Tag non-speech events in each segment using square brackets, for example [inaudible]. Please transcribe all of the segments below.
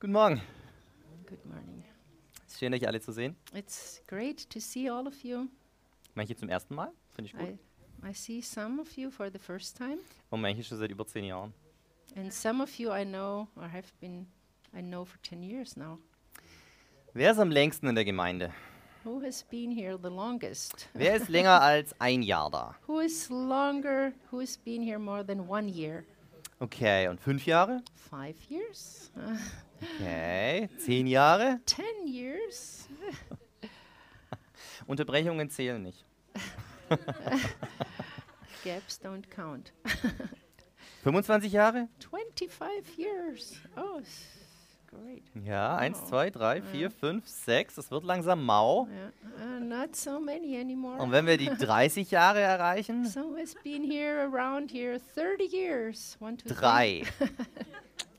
Guten Morgen. Good morning. Es ist schön, euch alle zu sehen. It's great to see all of you. Manche zum ersten Mal, finde ich gut. I, I see some of you for the first time, Und manche schon seit über zehn Jahren. and some of you I know or have been, I know for 10 years now. Wer ist am längsten in der Gemeinde? Who has been here the longest? Wer ist [laughs] länger als ein Jahr da? Who is longer? Who has been here more than one year? Okay, und fünf Jahre? Five years? [laughs] Okay, zehn Jahre? 10 years? [laughs] Unterbrechungen zählen [laughs] nicht. Gaps don't count. [laughs] 25 Jahre? 25 years. Oh, s- great. Ja, eins, Wow. zwei, drei, vier, fünf, sechs. Es wird langsam mau. Yeah. Uh, not so many anymore. Und wenn wir [laughs] die 30 Jahre erreichen? So has been here around here 30 years. One, two, three. Drei.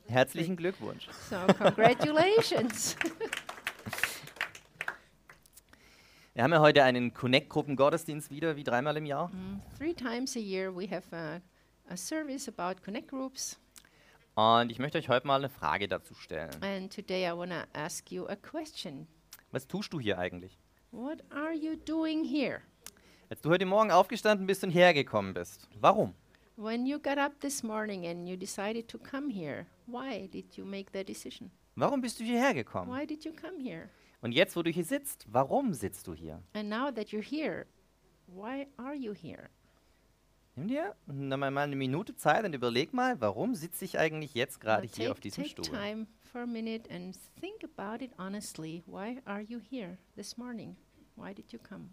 Herzlichen Glückwunsch. [laughs] So congratulations. Wir haben ja heute einen Connect-Gruppen-Gottesdienst wieder, wie dreimal im Jahr. Mm, Three times a year we have a, a service about connect groups, Und ich möchte euch heute mal eine Frage dazu stellen. and today I want to ask you a question. Was tust du hier eigentlich? What are you doing here? Als du heute Morgen aufgestanden bist und hergekommen bist, warum? When you got up this morning and you decided to come here, why did you make that decision? Warum bist du hierher gekommen? Why did you come here? Und jetzt, wo du hier sitzt, warum sitzt du hier? And now that you're here, why are you here? Nimm dir na, mal mal eine Minute Zeit und überleg mal, warum sitze ich eigentlich jetzt gerade Now hier auf take- diesem take Stuhl? time for a minute and think about it honestly. Why are you here this morning? Why did you come?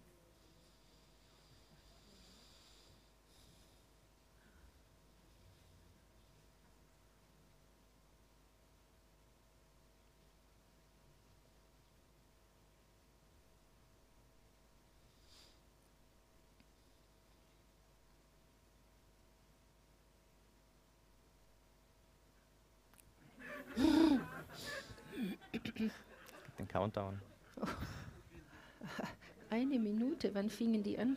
Den Countdown. Eine Minute, wann fingen die an?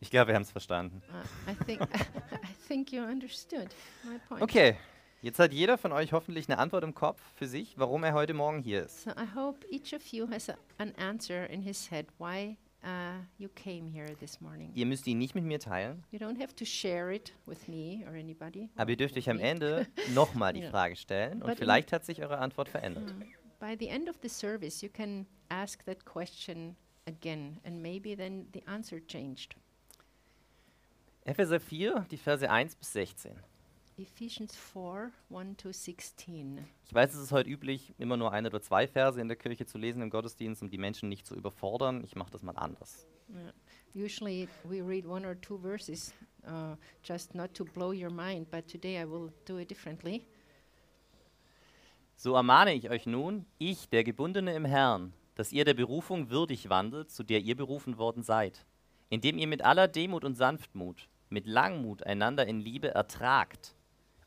Ich glaube, wir haben es verstanden. Uh, I think [laughs] I think you understood my point. Okay, jetzt hat jeder von euch hoffentlich eine Antwort im Kopf für sich, warum er heute Morgen hier ist. So I hope each of you has a, an answer in his head why uh, you came here this morning. Ihr müsst ihn nicht mit mir teilen, You don't have to share it with me or anybody. aber ihr dürft euch am Me. Ende [laughs] nochmal die Ja. Hm. Frage stellen und But- vielleicht hat sich eure Antwort verändert. By the end of the service, you can ask that question again, and maybe then the answer changed. Epheser 4, die Verse 1 bis 16. Ephesians 4 1 to 16. Ich weiß, es ist heute üblich, immer nur ein oder zwei Verse in der Kirche zu lesen im Gottesdienst, um die Menschen nicht zu überfordern. Ich mache das mal anders. Usually we read one or two verses uh, just not to blow your mind, but today I will do it differently. So ermahne ich euch nun, ich, der Gebundene im Herrn, dass ihr der Berufung würdig wandelt, zu der ihr berufen worden seid, indem ihr mit aller Demut und Sanftmut, mit Langmut einander in Liebe ertragt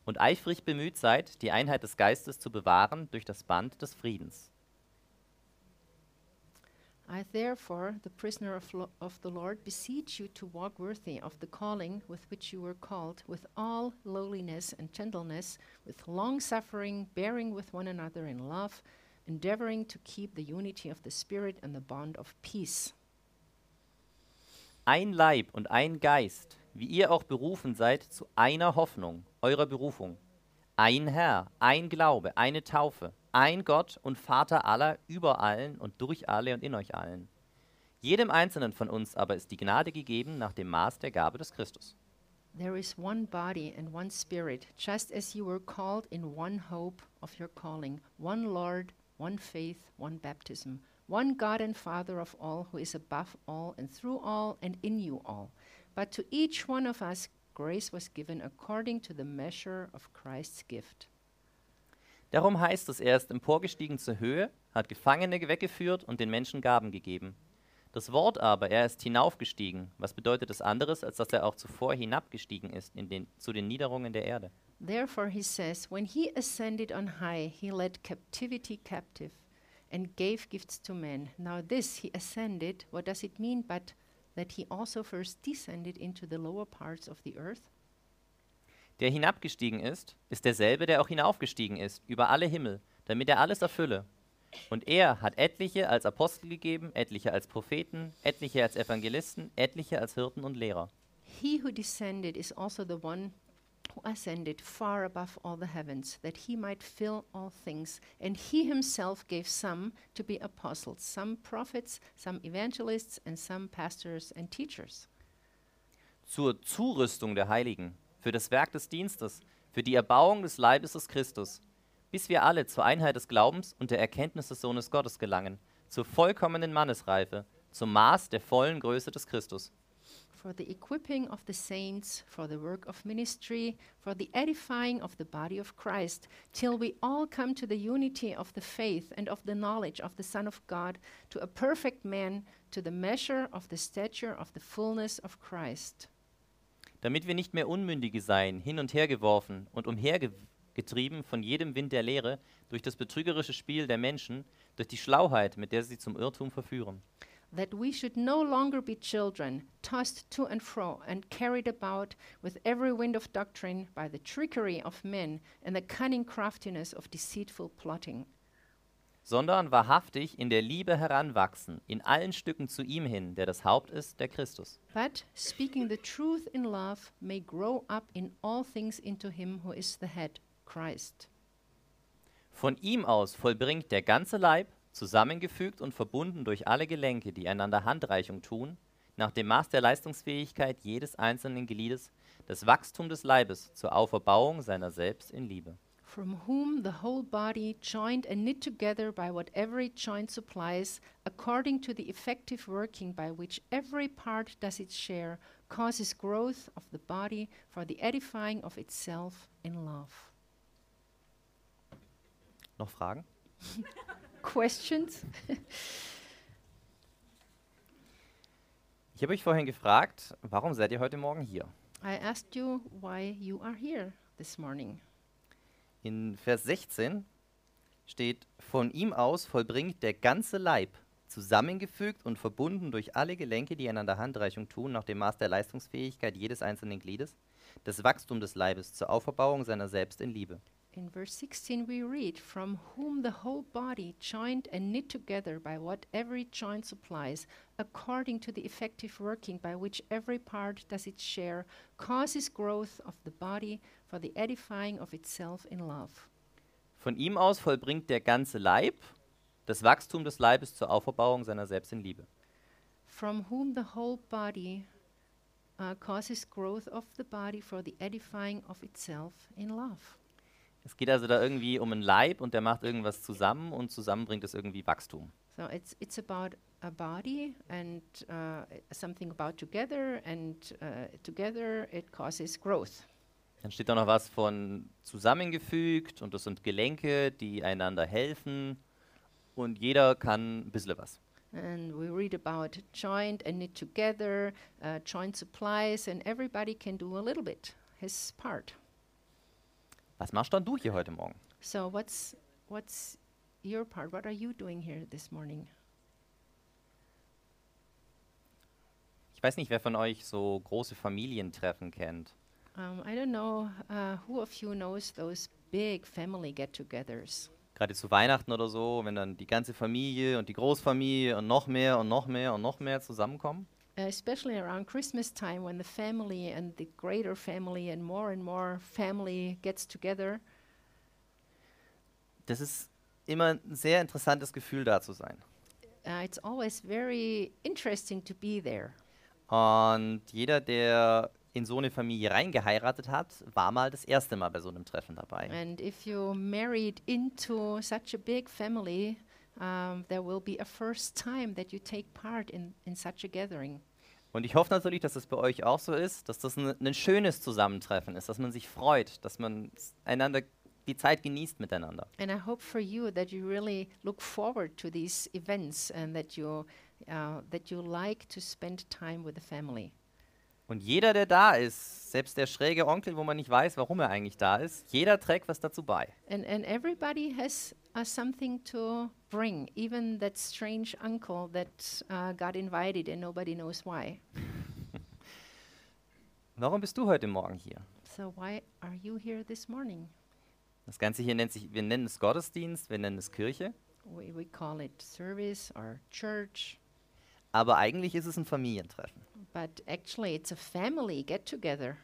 und eifrig bemüht seid, die Einheit des Geistes zu bewahren durch das Band des Friedens. I therefore, the prisoner of, lo- of the Lord, beseech you to walk worthy of the calling with which you were called, with all lowliness and gentleness, with long suffering, bearing with one another in love, endeavoring to keep the unity of the Spirit and the bond of peace. Ein Leib und ein Geist, wie ihr auch berufen seid, zu einer Hoffnung eurer Berufung. Ein Herr, ein Glaube, eine Taufe, ein Gott und Vater aller, über allen und durch alle und in euch allen. Jedem Einzelnen von uns aber ist die Gnade gegeben nach dem Maß der Gabe des Christus. There is one body and one Spirit, just as you were called in one hope of your calling, one Lord, one faith, one baptism, one God and Father of all, who is above all and through all and in you all. But to each one of us, grace was given according to the measure of Christ's gift. Darum heißt es, er ist emporgestiegen zur Höhe, hat Gefangene weggeführt und den Menschen Gaben gegeben. Das Wort aber, er ist hinaufgestiegen. Was bedeutet das anderes, als dass er auch zuvor hinabgestiegen ist in den, zu den Niederungen der Erde? Therefore, he says, When he ascended on high, he led captivity captive and gave gifts to men. Now, this he ascended, what does it mean but that he also first descended into the lower parts of the earth? Der hinabgestiegen ist, ist derselbe, der auch hinaufgestiegen ist, über alle Himmel, damit er alles erfülle. Und er hat etliche als Apostel gegeben, etliche als Propheten, etliche als Evangelisten, etliche als Hirten und Lehrer. He who descended is also the one who ascended far above all the heavens, that he might fill all things. And he himself gave some to be apostles, some prophets, some evangelists, and some pastors and teachers. zur Zurüstung der Heiligen, für das Werk des Dienstes, für die Erbauung des Leibes des Christus, bis wir alle zur Einheit des Glaubens und der Erkenntnis des Sohnes Gottes gelangen, zur vollkommenen Mannesreife, zum Maß der vollen Größe des Christus, For the equipping of the saints, for the work of ministry, for the edifying of the body of Christ, till we all come to the unity of the faith and of the knowledge of the Son of God, to a perfect man, to the measure of the stature of the fullness of Christ. damit wir nicht mehr Unmündige seien, hin und her geworfen und umhergetrieben von jedem Wind der Lehre, durch das betrügerische Spiel der Menschen, durch die Schlauheit, mit der sie zum Irrtum verführen. that we should no longer be children, tossed to and fro and carried about with every wind of doctrine by the trickery of men and the cunning craftiness of deceitful plotting. sondern wahrhaftig in der Liebe heranwachsen, in allen Stücken zu ihm hin, der das Haupt ist, der Christus. But, speaking the truth in love, may grow up in all things into him who is the head, Christ. Von ihm aus vollbringt der ganze Leib, zusammengefügt und verbunden durch alle Gelenke, die einander Handreichung tun, nach dem Maß der Leistungsfähigkeit jedes einzelnen Gliedes, das Wachstum des Leibes zur Auferbauung seiner selbst in Liebe. From whom the whole body, joined and knit together by what every joint supplies, according to the effective working by which every part does its share, causes growth of the body for the edifying of itself in love. Noch Fragen? Questions? Ich habe euch vorhin gefragt, warum seid ihr heute Morgen hier? I asked you why you are here this morning. In Vers 16 steht, von ihm aus vollbringt der ganze Leib, zusammengefügt und verbunden durch alle Gelenke, die einander Handreichung tun, nach dem Maß der Leistungsfähigkeit jedes einzelnen Gliedes, das Wachstum des Leibes zur Auferbauung seiner selbst in Liebe. In verse 16, we read, From whom the whole body, joined and knit together by what every joint supplies, according to the effective working by which every part does its share, causes growth of the body for the edifying of itself in love. Von ihm aus vollbringt der ganze Leib das Wachstum des Leibes zur Auferbauung seiner selbst in Liebe. From whom the whole body uh, causes growth of the body for the edifying of itself in love. Es geht also da irgendwie um einen Leib und der macht irgendwas zusammen und zusammen bringt es irgendwie Wachstum. So it's it's about a body and uh, something about together, and uh, together it causes growth. Dann steht da noch was von zusammengefügt und das sind Gelenke, die einander helfen und jeder kann ein bisschen was. And we read about joint and knit together, uh, joint supplies, and everybody can do a little bit his part. Was machst dann du hier heute Morgen? So what's what's your part? What are you doing here this morning? Ich weiß nicht, wer von euch so große Familientreffen kennt. Um, I don't know uh, who of you knows those big family get-togethers. Gerade zu Weihnachten oder so, wenn dann die ganze Familie und die Großfamilie und noch mehr und noch mehr und noch mehr zusammenkommen. Uh, especially around Christmas time when the family and the greater family and more and more family gets together. Das ist immer ein sehr interessantes Gefühl, da zu sein. Uh, it's always very interesting to be there. Und jeder, der in so eine Familie reingeheiratet hat, war mal das erste Mal bei so einem Treffen dabei. And if you married into such a big family, um, there will be a first time that you take part in, in such a gathering. Und ich hoffe natürlich, dass es bei euch auch so ist, dass das ein, ein schönes Zusammentreffen ist, dass man sich freut, dass man s- einander die Zeit genießt miteinander. And I hope for you that you really look forward to these events and that you uh, that you like to spend time with the family. Und jeder, der da ist, selbst der schräge Onkel, wo man nicht weiß, warum er eigentlich da ist, jeder trägt was dazu bei. And, and everybody has uh, something to bring, even that strange uncle that uh, got invited and nobody knows why. Warum bist du heute Morgen hier? So, why are you here this morning? Das Ganze hier nennt sich, wir nennen es Gottesdienst, wir nennen es Kirche, We, we call it service or church, aber eigentlich ist es ein Familientreffen. but actually, it's a family get together.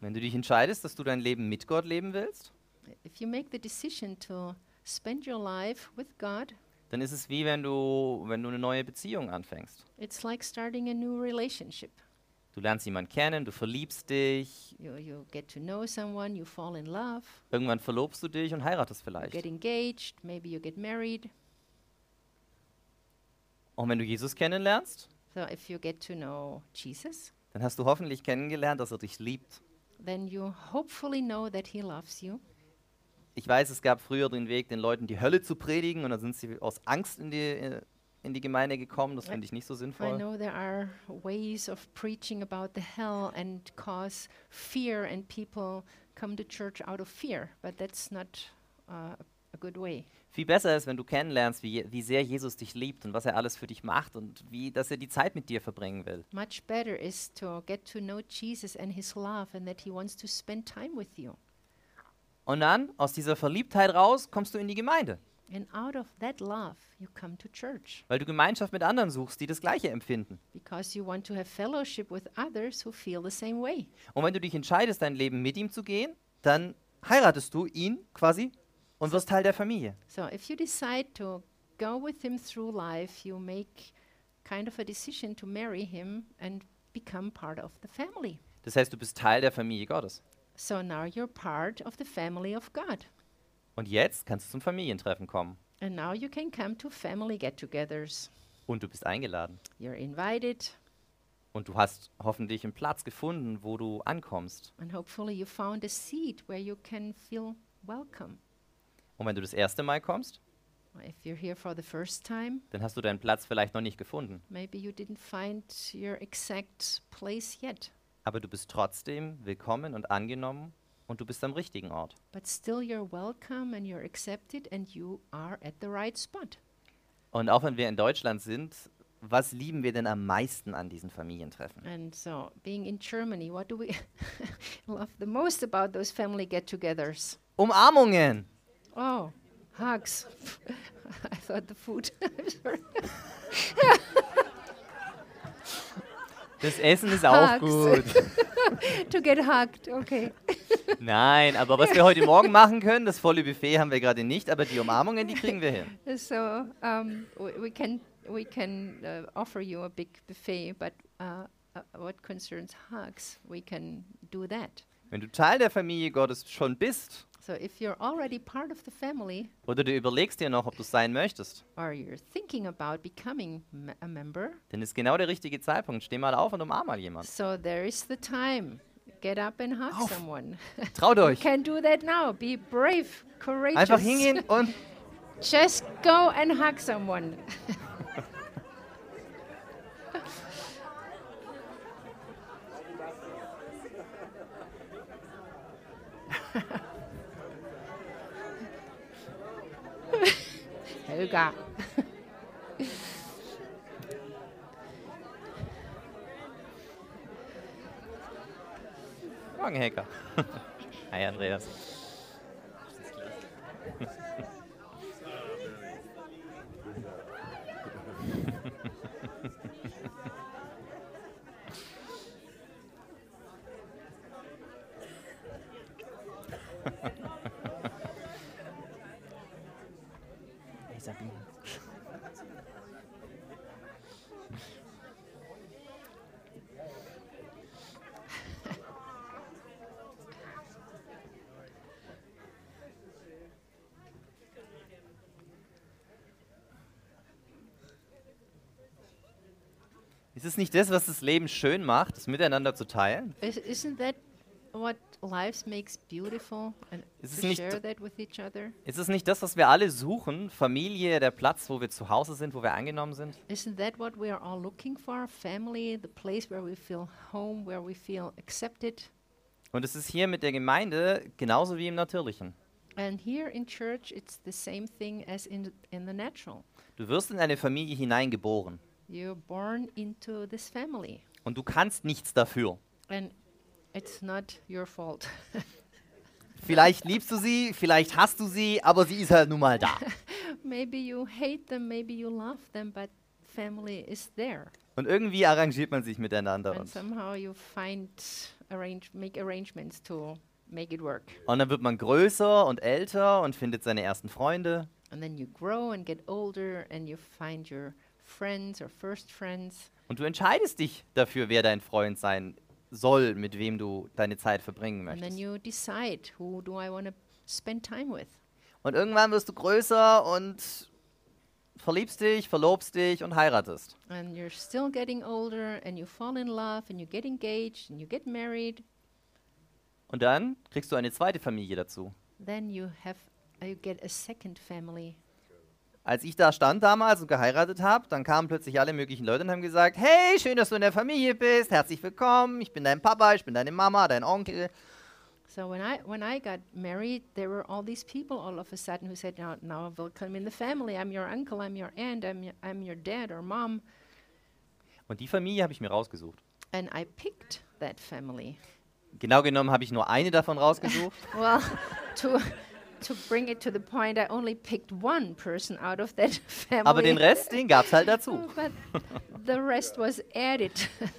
Wenn du dich entscheidest, dass du dein Leben mit Gott leben willst, If you make the decision to spend your life with God, dann ist es wie wenn du, wenn du eine neue Beziehung anfängst. it's like starting a new relationship. Du lernst jemanden kennen, du verliebst dich, You, you get to know someone, you fall in love, irgendwann verlobst du dich und heiratest you get vielleicht. engaged, maybe you get married. Und wenn du Jesus kennenlernst, So, if you get to know Jesus, dann hast du hoffentlich kennengelernt, dass er dich liebt. then you hopefully know that He loves you. Ich weiß, es gab früher den Weg, den Leuten die Hölle zu predigen und dann sind sie aus Angst in die, äh, in die Gemeinde gekommen. Das finde ich nicht so I sinnvoll. know there are ways of preaching about the hell and cause fear, and people come to church out of fear, but that's not uh, a good way. Viel besser ist, wenn du kennenlernst, wie, je- wie sehr Jesus dich liebt und was er alles für dich macht und wie, dass er die Zeit mit dir verbringen will. Much better is to get to know Jesus and His love, and that He wants to spend time with you. Und dann, aus dieser Verliebtheit raus, kommst du in die Gemeinde, And out of that love, you come to church weil du Gemeinschaft mit anderen suchst, die das Gleiche empfinden. because you want to have fellowship with others who feel the same way. Und wenn du dich entscheidest, dein Leben mit ihm zu gehen, dann heiratest du ihn quasi und wirst Teil der Familie. So if you decide to go with him through life, you make kind of a decision to marry him and become part of the family. Das heißt, du bist Teil der Familie Gottes. So now you're part of the family of God. Und jetzt kannst du zum Familientreffen kommen. And now you can come to family get togethers. Und du bist eingeladen. You're invited, Und du hast hoffentlich einen Platz gefunden, wo du ankommst. and hopefully you found a seat where you can feel welcome. Und wenn du das erste Mal kommst, If you're here for the first time, dann hast du deinen Platz vielleicht noch nicht gefunden. maybe you didn't find your exact place yet, Aber du bist trotzdem willkommen und angenommen und du bist am richtigen Ort. but still you're welcome and you're accepted and you are at the right spot. Und auch wenn wir in Deutschland sind, was lieben wir denn am meisten an diesen Familientreffen? And so, being in Germany, what do we [laughs] love the most about those family get togethers? Umarmungen! Oh, hugs. [laughs] I thought the food. [laughs] I'm sorry. Das Essen ist auch Hugs. gut. to get hugged, okay. Nein, aber was wir heute Morgen machen können, das volle Buffet haben wir gerade nicht, aber die Umarmungen, die kriegen wir hin. So, um, we, we can, we can uh, offer you a big buffet, but uh, uh, what concerns hugs, we can do that. Wenn du Teil der Familie Gottes schon bist So, if you're already part of the family, oder du überlegst dir noch, ob du es sein möchtest, or you're thinking about becoming m- a member, dann ist genau der richtige Zeitpunkt. Steh mal auf und umarm mal jemanden. so there is the time. Get up and hug Auf. someone. [laughs] Traut You euch. can do that now. Be brave, courageous. Einfach hingehen und [laughs] Just go and hug someone. [laughs] Helga. Morgen, [laughs] Hacker. Hi, Andreas. Hey, Sabine. Ist es nicht das, was das Leben schön macht, das miteinander zu teilen? Is- Isn't that what lives makes beautiful and Ist es to nicht share d- that with each other? Ist es nicht das, was wir alle suchen? Familie, der Platz, wo wir zu Hause sind, wo wir angenommen sind? Isn't that what we are all looking for? Family, the place where we feel home, where we feel accepted. Und es ist hier mit der Gemeinde genauso wie im Natürlichen. And here in church, it's the same thing as in, th- in the natural. Du wirst in eine Familie hineingeboren You're born into this family, und du kannst nichts dafür. and it's not your fault. [laughs] Vielleicht liebst du sie, vielleicht hast du sie, aber sie ist halt nun mal da. maybe you hate them, maybe you love them, but family is there. Und irgendwie arrangiert man sich miteinander. And Und, somehow you find arrange make arrangements to make it work. und dann wird man größer und älter und findet seine ersten Freunde. And then you grow and get older and you find your friends or first friends. Und du entscheidest dich dafür, wer dein Freund sein soll, mit wem du deine Zeit verbringen And then möchtest. you decide who do I want to spend time with. Und irgendwann wirst du größer und verliebst dich, verlobst dich und heiratest. And you're still getting older and you fall in love and you get engaged and you get married. Und dann kriegst du eine zweite Familie dazu. Then you have uh, you get a second family. Als ich da stand damals und geheiratet habe, dann kamen plötzlich alle möglichen Leute und haben gesagt, hey, schön, dass du in der Familie bist, herzlich willkommen, ich bin dein Papa, ich bin deine Mama, dein Onkel. So when I when I got married, there were all these people all of a sudden who said, "Now, now welcome in the family. I'm your uncle. I'm your aunt. I'm your, I'm your dad or mom." Und die Familie habe ich mir rausgesucht. And I picked that family. Genau genommen habe ich nur eine davon rausgesucht. Well, [laughs] to to bring it to the point, I only picked one person out of that [laughs] family. Aber den Rest, den gab es halt [laughs] dazu. Oh, but the rest was added.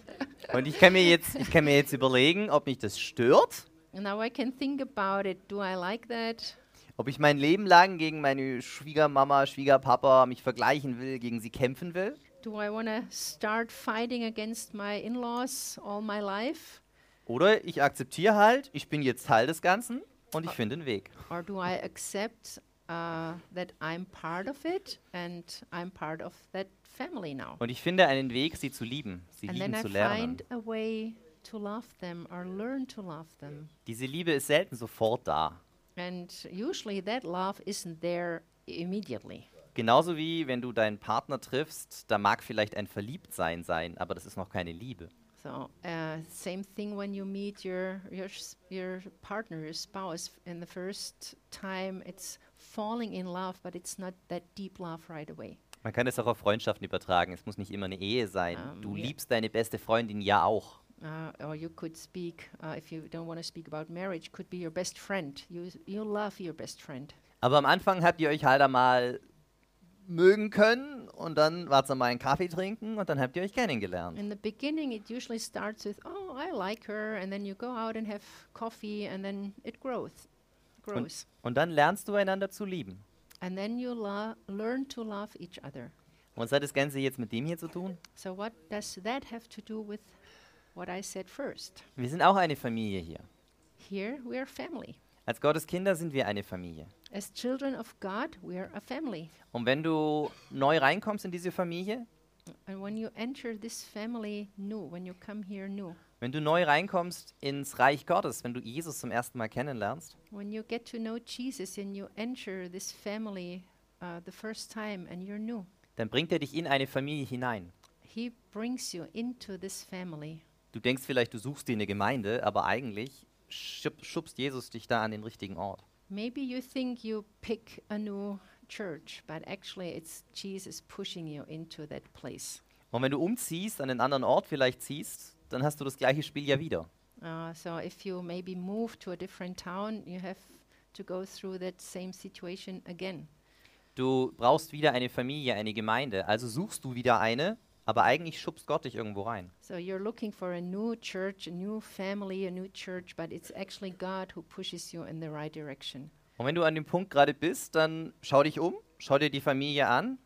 [laughs] Und ich kann, mir jetzt, ich kann mir jetzt überlegen, ob mich das stört, now I can think about it. Do I like that? ob ich mein Leben lang gegen meine Schwiegermama, Schwiegerpapa mich vergleichen will, gegen sie kämpfen will. Do I want to start fighting against my in-laws all my life? Oder ich akzeptiere halt, ich bin jetzt Teil des Ganzen und ich finde einen Weg. or do I accept uh, that I'm part of it and I'm part of that family now? Und ich finde einen Weg, sie zu lieben, sie and then lieben I zu lernen. find a way to love them or learn to love them. Diese Liebe ist selten sofort da. And usually that love isn't there immediately. Genauso wie wenn du deinen Partner triffst, da mag vielleicht ein Verliebtsein sein, aber das ist noch keine Liebe. So uh, same thing when you meet your your s- your partner, your spouse, and the first time it's falling in love, but it's not that deep love right away. Man kann es auch auf Freundschaften übertragen. Es muss nicht immer eine Ehe sein. Ähm, du ja. liebst deine beste Freundin ja auch. uh, or you could speak uh, if you don't want to speak about marriage could be your best friend you s- you love your best friend Aber am Anfang habt ihr euch halt einmal mögen können und dann wart ihr mal einen Kaffee trinken und dann habt ihr euch kennengelernt. in the beginning it usually starts with oh i like her and then you go out and have coffee and then it grows grows Und dann lernst du einander zu lieben. and then you lo- learn to love each other Und was hat das Ganze jetzt mit dem hier zu tun? so what does that have to do with what i said first Wir sind auch eine Familie hier. here we are family Als Gottes Kinder sind wir eine Familie. as children of god we are a family Und wenn du neu reinkommst in diese Familie, and when you enter this family new when you come here new wenn du neu reinkommst ins Reich Gottes, wenn du Jesus zum ersten Mal kennenlernst, When you get to know Jesus and you enter this family uh, the first time and you're new, dann bringt er dich in eine Familie hinein. He brings you into this family. Du denkst vielleicht, du suchst dir eine Gemeinde, aber eigentlich schub, schubst Jesus dich da an den richtigen Ort. Maybe you think you pick a new church, but actually it's Jesus pushing you into that place. Und wenn du umziehst, an einen anderen Ort vielleicht ziehst, dann hast du das gleiche Spiel ja wieder. Uh, so if you maybe move to a different town, you have to go through that same situation again. Du brauchst wieder eine Familie, eine Gemeinde, also suchst du wieder eine, aber eigentlich schubst Gott dich irgendwo rein. So you're looking for a new church, a new family, a new church, but it's actually God who pushes you in the right direction. Und wenn du an dem Punkt gerade bist, dann schau dich um, schau dir die Familie an,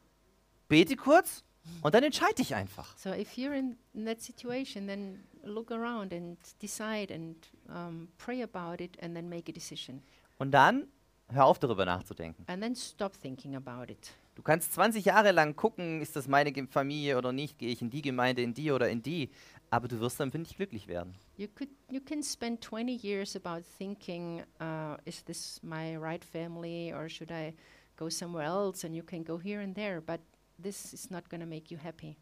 bete kurz und dann entscheide dich einfach. So if you're in, in that situation, then look around and decide and um, pray about it and then make a decision. Und dann hör auf darüber nachzudenken. And then stop thinking about it. Du kannst 20 Jahre lang gucken, ist das meine Ge- Familie oder nicht, gehe ich in die Gemeinde, in die oder in die, aber du wirst am Ende nicht glücklich werden. You could you can spend 20 years about thinking, uh, is this my right family or should I go somewhere else? And you can go here and there, but this is not going to make you happy.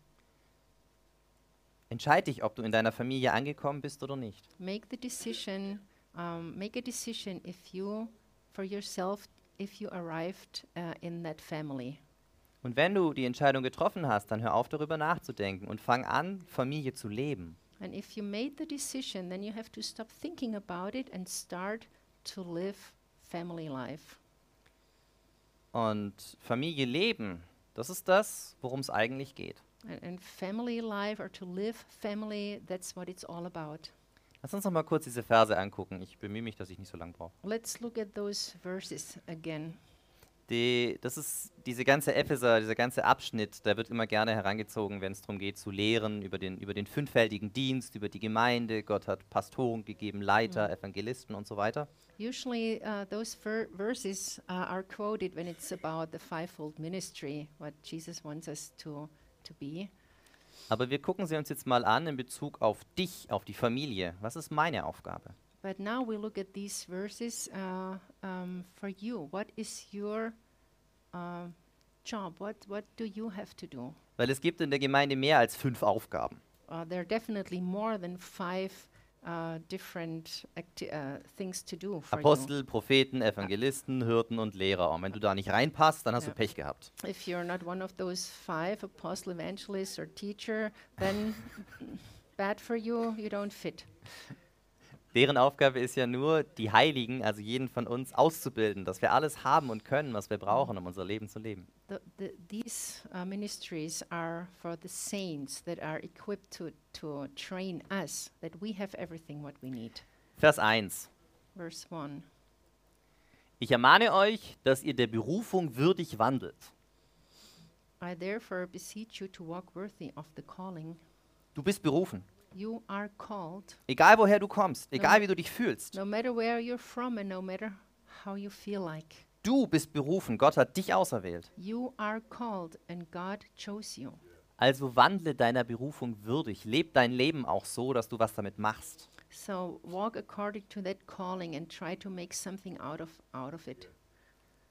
Entscheid dich, ob du in deiner Familie angekommen bist oder nicht. Make the decision. Um, make a decision if you, for yourself, if you arrived uh, in that family. Und wenn du die Entscheidung getroffen hast, dann hör auf darüber nachzudenken und fang an, Familie zu leben. And if you made the decision, then you have to stop thinking about it and start to live family life. Und Familie leben, das ist das, worum es eigentlich geht. And, and family life, or to live family, that's what it's all about. Lass uns noch mal kurz diese Verse angucken. Ich bemühe mich, dass ich nicht so lang brauche. Let's look at those verses again. Die, das ist diese ganze Epheser, dieser ganze Abschnitt, der wird immer gerne herangezogen, wenn es darum geht, zu lehren über den, über den fünffältigen Dienst, über die Gemeinde. Gott hat Pastoren gegeben, Leiter, Evangelisten und so weiter. Usually, uh, those ver- verses uh, are quoted when it's about the fivefold ministry, what Jesus wants us to, to be. Aber wir gucken sie uns jetzt mal an in Bezug auf dich, auf die Familie. Was ist meine Aufgabe? But now we look at these verses uh, um, for you. What is your uh, job? What, what do you have to do? Weil es gibt in der Gemeinde mehr als fünf Aufgaben. Uh, there are definitely more than five uh, different acti- uh, things to do for you. Apostel, Propheten, Evangelisten, Hirten und Lehrer. Und wenn du da nicht reinpasst, dann hast Ja. du Pech gehabt. If you're not one of those five, apostle, evangelist, or teacher, then bad for you, you don't fit. Deren Aufgabe ist ja nur, die Heiligen, also jeden von uns, auszubilden, dass wir alles haben und können, was wir brauchen, um unser Leben zu leben. The, the, these uh, ministries are for the saints that are equipped to, to train us, that we have everything what we need. Vers 1. Verse 1. Ich ermahne euch, dass ihr der Berufung würdig wandelt. I therefore beseech you to walk worthy of the calling. Du bist berufen. You are called, Egal woher du kommst, egal wie du dich fühlst, no matter where you're from and no matter how you feel like. du bist berufen. Gott hat dich auserwählt. You are called, and God chose you. Also wandle deiner Berufung würdig. Leb dein Leben auch so, dass du was damit machst. So walk according to that calling and try to make something out of out of it.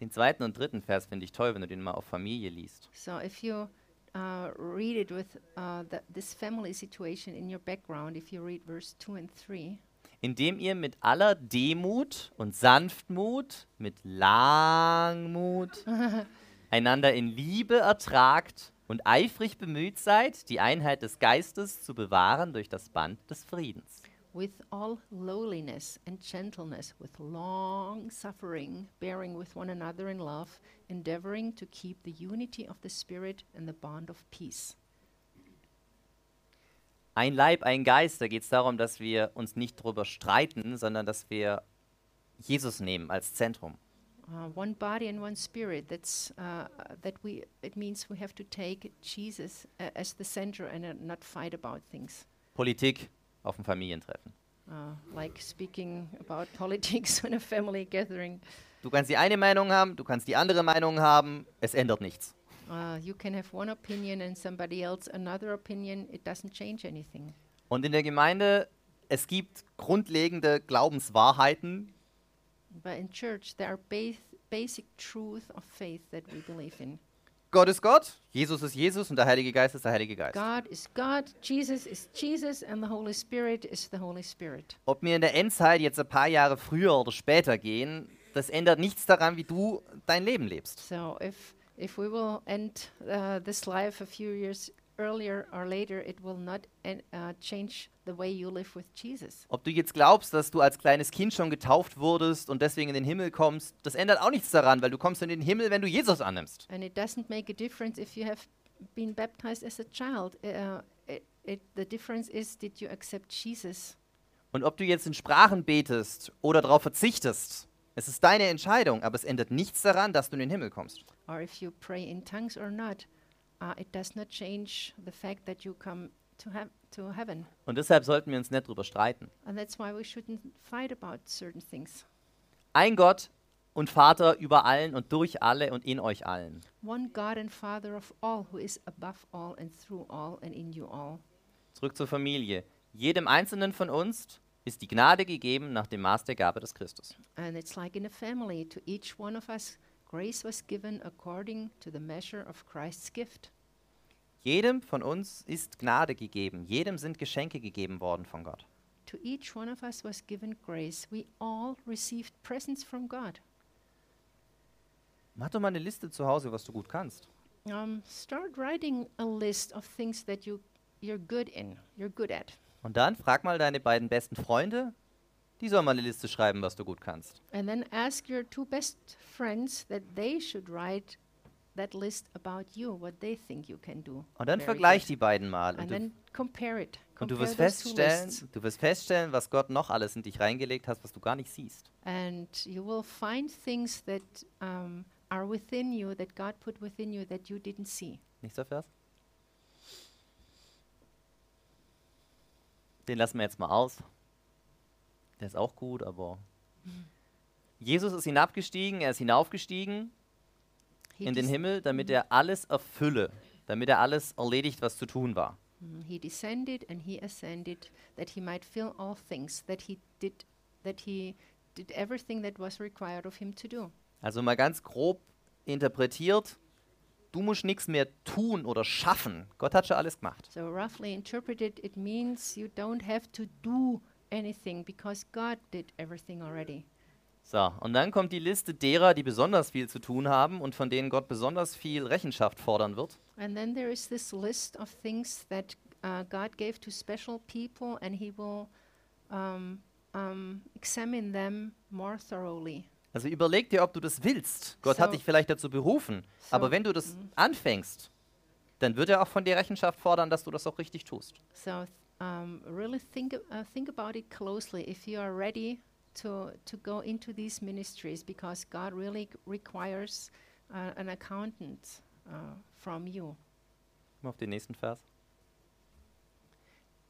Den zweiten und dritten Vers finde ich toll, wenn du den mal auf Familie liest. So if you uh, read it with uh, the, this family situation in your background, if you read verse two and three, indem ihr mit aller Demut und Sanftmut, mit Langmut einander in Liebe ertragt und eifrig bemüht seid, die Einheit des Geistes zu bewahren durch das Band des Friedens. with all lowliness and gentleness, with long suffering, bearing with one another in love, endeavoring to keep the unity of the spirit and the bond of peace. Ein Leib, ein Geist, da geht es darum, dass wir uns nicht drüber streiten, sondern dass wir Jesus nehmen als Zentrum. Uh, one body and one spirit. That's uh, uh, that we. It means we have to take Jesus uh, as the center and uh, not fight about things, Politik auf dem Familientreffen. uh, like speaking about [laughs] politics in a family gathering. Du kannst die eine Meinung haben, du kannst die andere Meinung haben, es ändert nichts. Uh, you can have one opinion and somebody else another opinion. It doesn't change anything. Und in der Gemeinde, es gibt grundlegende Glaubenswahrheiten, But in church, there are bas- basic truth of faith that we believe in. Gott ist Gott, Jesus ist Jesus und der Heilige Geist ist der Heilige Geist. God is God. Jesus is Jesus, and the Holy Spirit is the Holy Spirit. Ob wir in der Endzeit jetzt ein paar Jahre früher oder später gehen, das ändert nichts daran, wie du dein Leben lebst. So if if we will end uh, this life a few years earlier or later, it will not en- uh, change the way you live with Jesus. Ob du jetzt glaubst, dass du als kleines Kind schon getauft wurdest und deswegen in den Himmel kommst, das ändert auch nichts daran, weil du kommst in den Himmel, wenn du Jesus annimmst. And it doesn't make a difference if you have been baptized as a child. Uh, it, it, the difference is did you accept Jesus? Und ob du jetzt in Sprachen betest oder darauf verzichtest, es ist deine Entscheidung, aber es ändert nichts daran, dass du in den Himmel kommst. Or if you pray in tongues or not, uh, it does not change the fact that you come to, heav to heaven. Und deshalb sollten wir uns nicht drüber streiten. And that's why we shouldn't fight about certain things. Ein Gott, und Vater über allen und durch alle und in euch allen. one God and Father of all, who is above all and through all and in you all. Zurück zur Familie. Jedem Einzelnen von uns ist die Gnade gegeben nach dem Maß der Gabe des Christus. And it's like in a family, to each one of us, grace was given according to the measure of Christ's gift. Jedem von uns ist Gnade gegeben. Jedem sind Geschenke gegeben worden von Gott. To each one of us was given grace. We all received presents from God. Mach doch mal eine Liste zu Hause, was du gut kannst. Um, start writing a list of things that you, you're good in, you're good at. Und dann frag mal deine beiden besten Freunde, die sollen mal eine Liste schreiben, was du gut kannst. And then ask your two best friends that they should write that list about you, what they think you can do. Und dann very vergleich good. die beiden mal. Und And du, then compare it. und du Compare wirst those two feststellen, lists. du wirst feststellen, was Gott noch alles in dich reingelegt hat, was du gar nicht siehst. And you will find things that um, are within you, that God put within you that you didn't see. Nächster Vers. Den lassen wir jetzt mal aus. Der ist auch gut, aber. Jesus ist hinabgestiegen, er ist hinaufgestiegen He, in den des- Himmel, damit er alles erfülle, damit er alles erledigt, was zu tun war. mm, he descended and he ascended that he might fill all things, that he did, that he did everything that was required of him to do. Also mal ganz grob interpretiert, du musst nichts mehr tun oder schaffen. Gott hat schon alles gemacht. So roughly interpreted, it means you don't have to do anything because God did everything already. So, und dann kommt die Liste derer, die besonders viel zu tun haben und von denen Gott besonders viel Rechenschaft fordern wird. And then there is this list of things that uh, God gave to special people, and He will um, um, examine them more thoroughly. Also überleg dir, ob du das willst. Gott hat So. dich vielleicht dazu berufen. So. Mhm. Aber wenn du das anfängst, dann wird er auch von dir Rechenschaft fordern, dass du das auch richtig tust. So th- um, really think ab- uh, think about it closely if you are ready to to go into these ministries, because God really c- requires uh, an accountant uh, from you. Mal auf den nächsten Vers.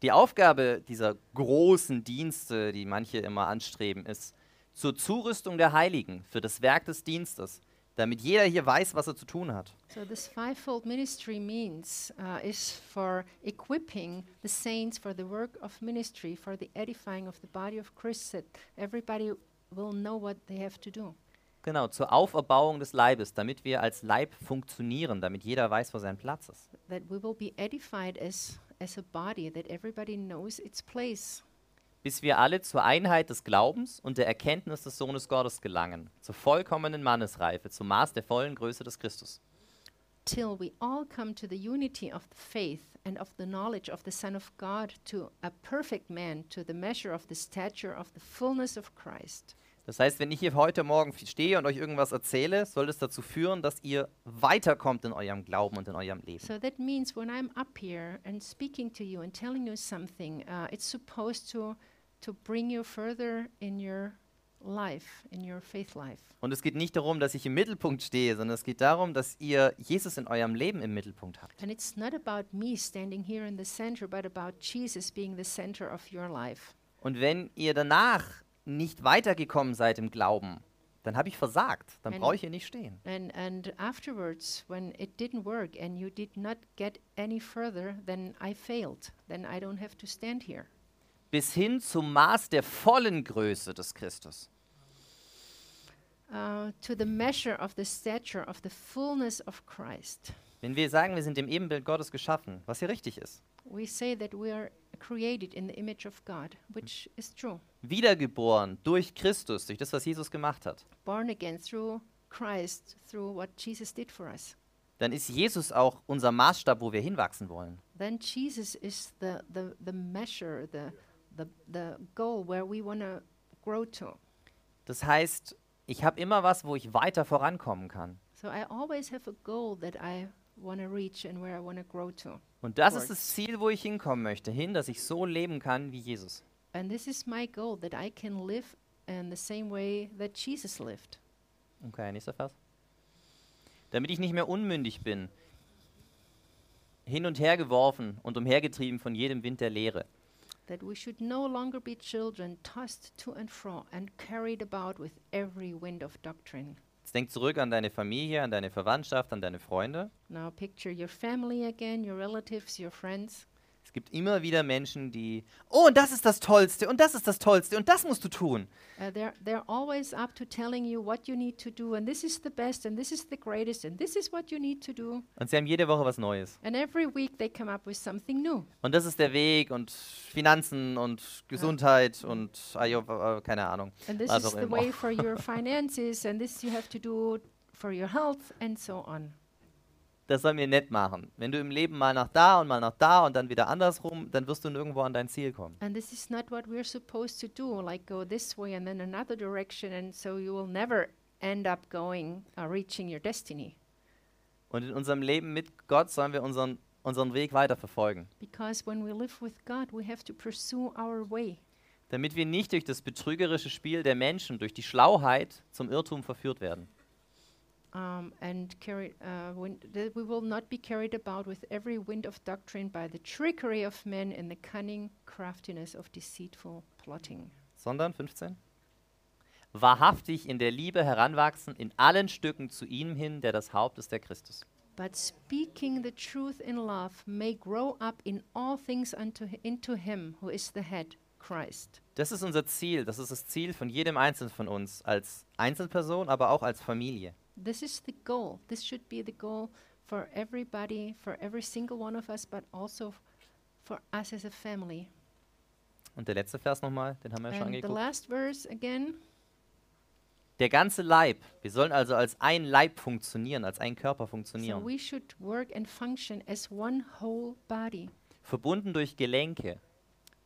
Die Aufgabe dieser großen Dienste, die manche immer anstreben, ist zur Zurüstung der Heiligen für das Werk des Dienstes, damit jeder hier weiß, was er zu tun hat. So this fivefold ministry means uh, is for equipping the saints for the work of ministry, for the edifying of the body of Christ, that everybody will know what they have to do. Genau, zur Auferbauung des Leibes, damit wir als Leib funktionieren, damit jeder weiß, wo sein Platz ist. That we will be edified as as a body, that everybody knows its place, Bis wir alle zur Einheit des Glaubens und der Erkenntnis des Sohnes Gottes gelangen, zur vollkommenen Mannesreife, zum Maß der vollen Größe des Christus. till we all come to the unity of the faith and of the knowledge of the Son of God, to a perfect man, to the measure of the stature of the fullness of Christ. Das heißt, wenn ich hier heute Morgen f- stehe und euch irgendwas erzähle, soll es dazu führen, dass ihr weiterkommt in eurem Glauben und in eurem Leben. So that means when I'm up here and speaking to you and telling you something, uh, it's supposed to to bring you further in your life, in your faith life. Und es geht nicht darum, dass ich im Mittelpunkt stehe, sondern es geht darum, dass ihr Jesus in eurem Leben im Mittelpunkt habt. And it's not about me standing here in the center, but about Jesus being the center of your life. Und wenn ihr danach nicht weitergekommen seid im Glauben, dann habe ich versagt. Dann Wenn- brauche ich hier nicht stehen. And and afterwards, when it didn't work and you did not get any further, then I failed. Then I don't have to stand here. Bis hin zum Maß der vollen Größe des Christus. Uh, to the measure of the stature of the fullness of Christ. Wenn wir sagen, wir sind im Ebenbild Gottes geschaffen, was hier richtig ist. We say that we are created in the image of God, which is true. Wiedergeboren durch Christus, durch das, was Jesus gemacht hat. Born again through Christ, through what Jesus did for us. dann ist Jesus auch unser Maßstab, wo wir hinwachsen wollen. Then Jesus is the, the, the measure, the, the, the goal where we want to grow to. Das heißt, ich habe immer was, wo ich weiter vorankommen kann. So I always have a goal that I want to reach and where I want to grow to. Und das ist Korrekt. das Ziel, wo ich hinkommen möchte, hin, dass ich so leben kann wie Jesus. And this is my goal that I can live in the same way that Jesus lived. Okay, nächster Vers. Damit ich nicht mehr unmündig bin, hin und her geworfen und umhergetrieben von jedem Wind der Lehre. that we should no longer be children tossed to and fro and carried about with every wind of doctrine. Jetzt denk zurück an deine Familie, an deine Verwandtschaft, an deine Freunde. Now picture your family again, your relatives, your friends. Es gibt immer wieder Menschen, die, oh, und das ist das Tollste, und das ist das Tollste, und das musst du tun. Uh, they're, they're always up to telling you what you need to do, and this is the best, and this is the greatest, and this is what you need to do. Und sie haben jede Woche was Neues. And every week they come up with something new. Und das ist der Weg und Finanzen und Gesundheit und, ah, ja, äh, keine Ahnung. And this was is auch the immer. way for your finances, and this you have to do for your health, and so on. Das soll mir nett machen. Wenn du im Leben mal nach da und mal nach da und dann wieder andersrum, dann wirst du nirgendwo an dein Ziel kommen. And this is not what we're supposed to do, like go this way and then another direction, and so you will never end up going, uh, reaching your destiny. Und in unserem Leben mit Gott sollen wir unseren, unseren Weg weiter verfolgen. Because when we live with God, we have to pursue our way, Damit wir nicht durch das betrügerische Spiel der Menschen, durch die Schlauheit zum Irrtum verführt werden. um, and carry, uh, when that we will not be carried about with every wind of doctrine by the trickery of men and the cunning craftiness of deceitful plotting. sondern 15. Wahrhaftig in der Liebe heranwachsen, in allen Stücken zu ihm hin, der das Haupt ist, der Christus. But speaking the truth in love may grow up in all things unto hi- into Him who is the head, Christ. Das ist unser Ziel, das ist das Ziel von jedem Einzelnen von uns, als Einzelperson, aber auch als Familie. This is the goal. This should be the goal for everybody, for every single one of us, but also f- for us as a family. Und der letzte Vers nochmal, den haben wir ja schon And the angeguckt. last verse again. Der ganze Leib, wir sollen also als ein Leib funktionieren, als ein Körper So funktionieren. we should work and function as one whole body, Verbunden durch Gelenke,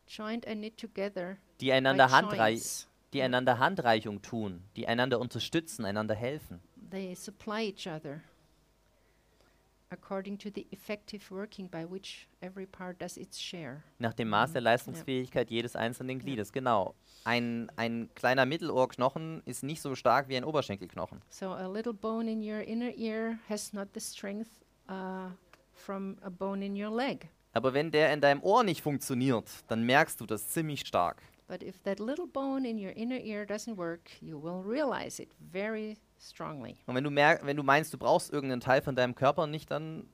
joined and knit together. die einander, Handrei joints. die einander Handreichung tun, die einander unterstützen, einander helfen. They supply each other according to the effective working by which every part does its share. Nach dem Maß der Leistungsfähigkeit jedes einzelnen Gliedes, genau. Ein, ein kleiner Mittelohrknochen ist nicht so stark wie ein Oberschenkelknochen. So a little bone in your inner ear has not the strength uh, from a bone in your leg. Aber wenn der in deinem Ohr nicht funktioniert, dann merkst du das ziemlich stark. But if that little bone in your inner ear doesn't work, you will realize it very strongly. Und wenn du, merk wenn du meinst, du brauchst irgendeinen Teil von deinem Körper nicht, dann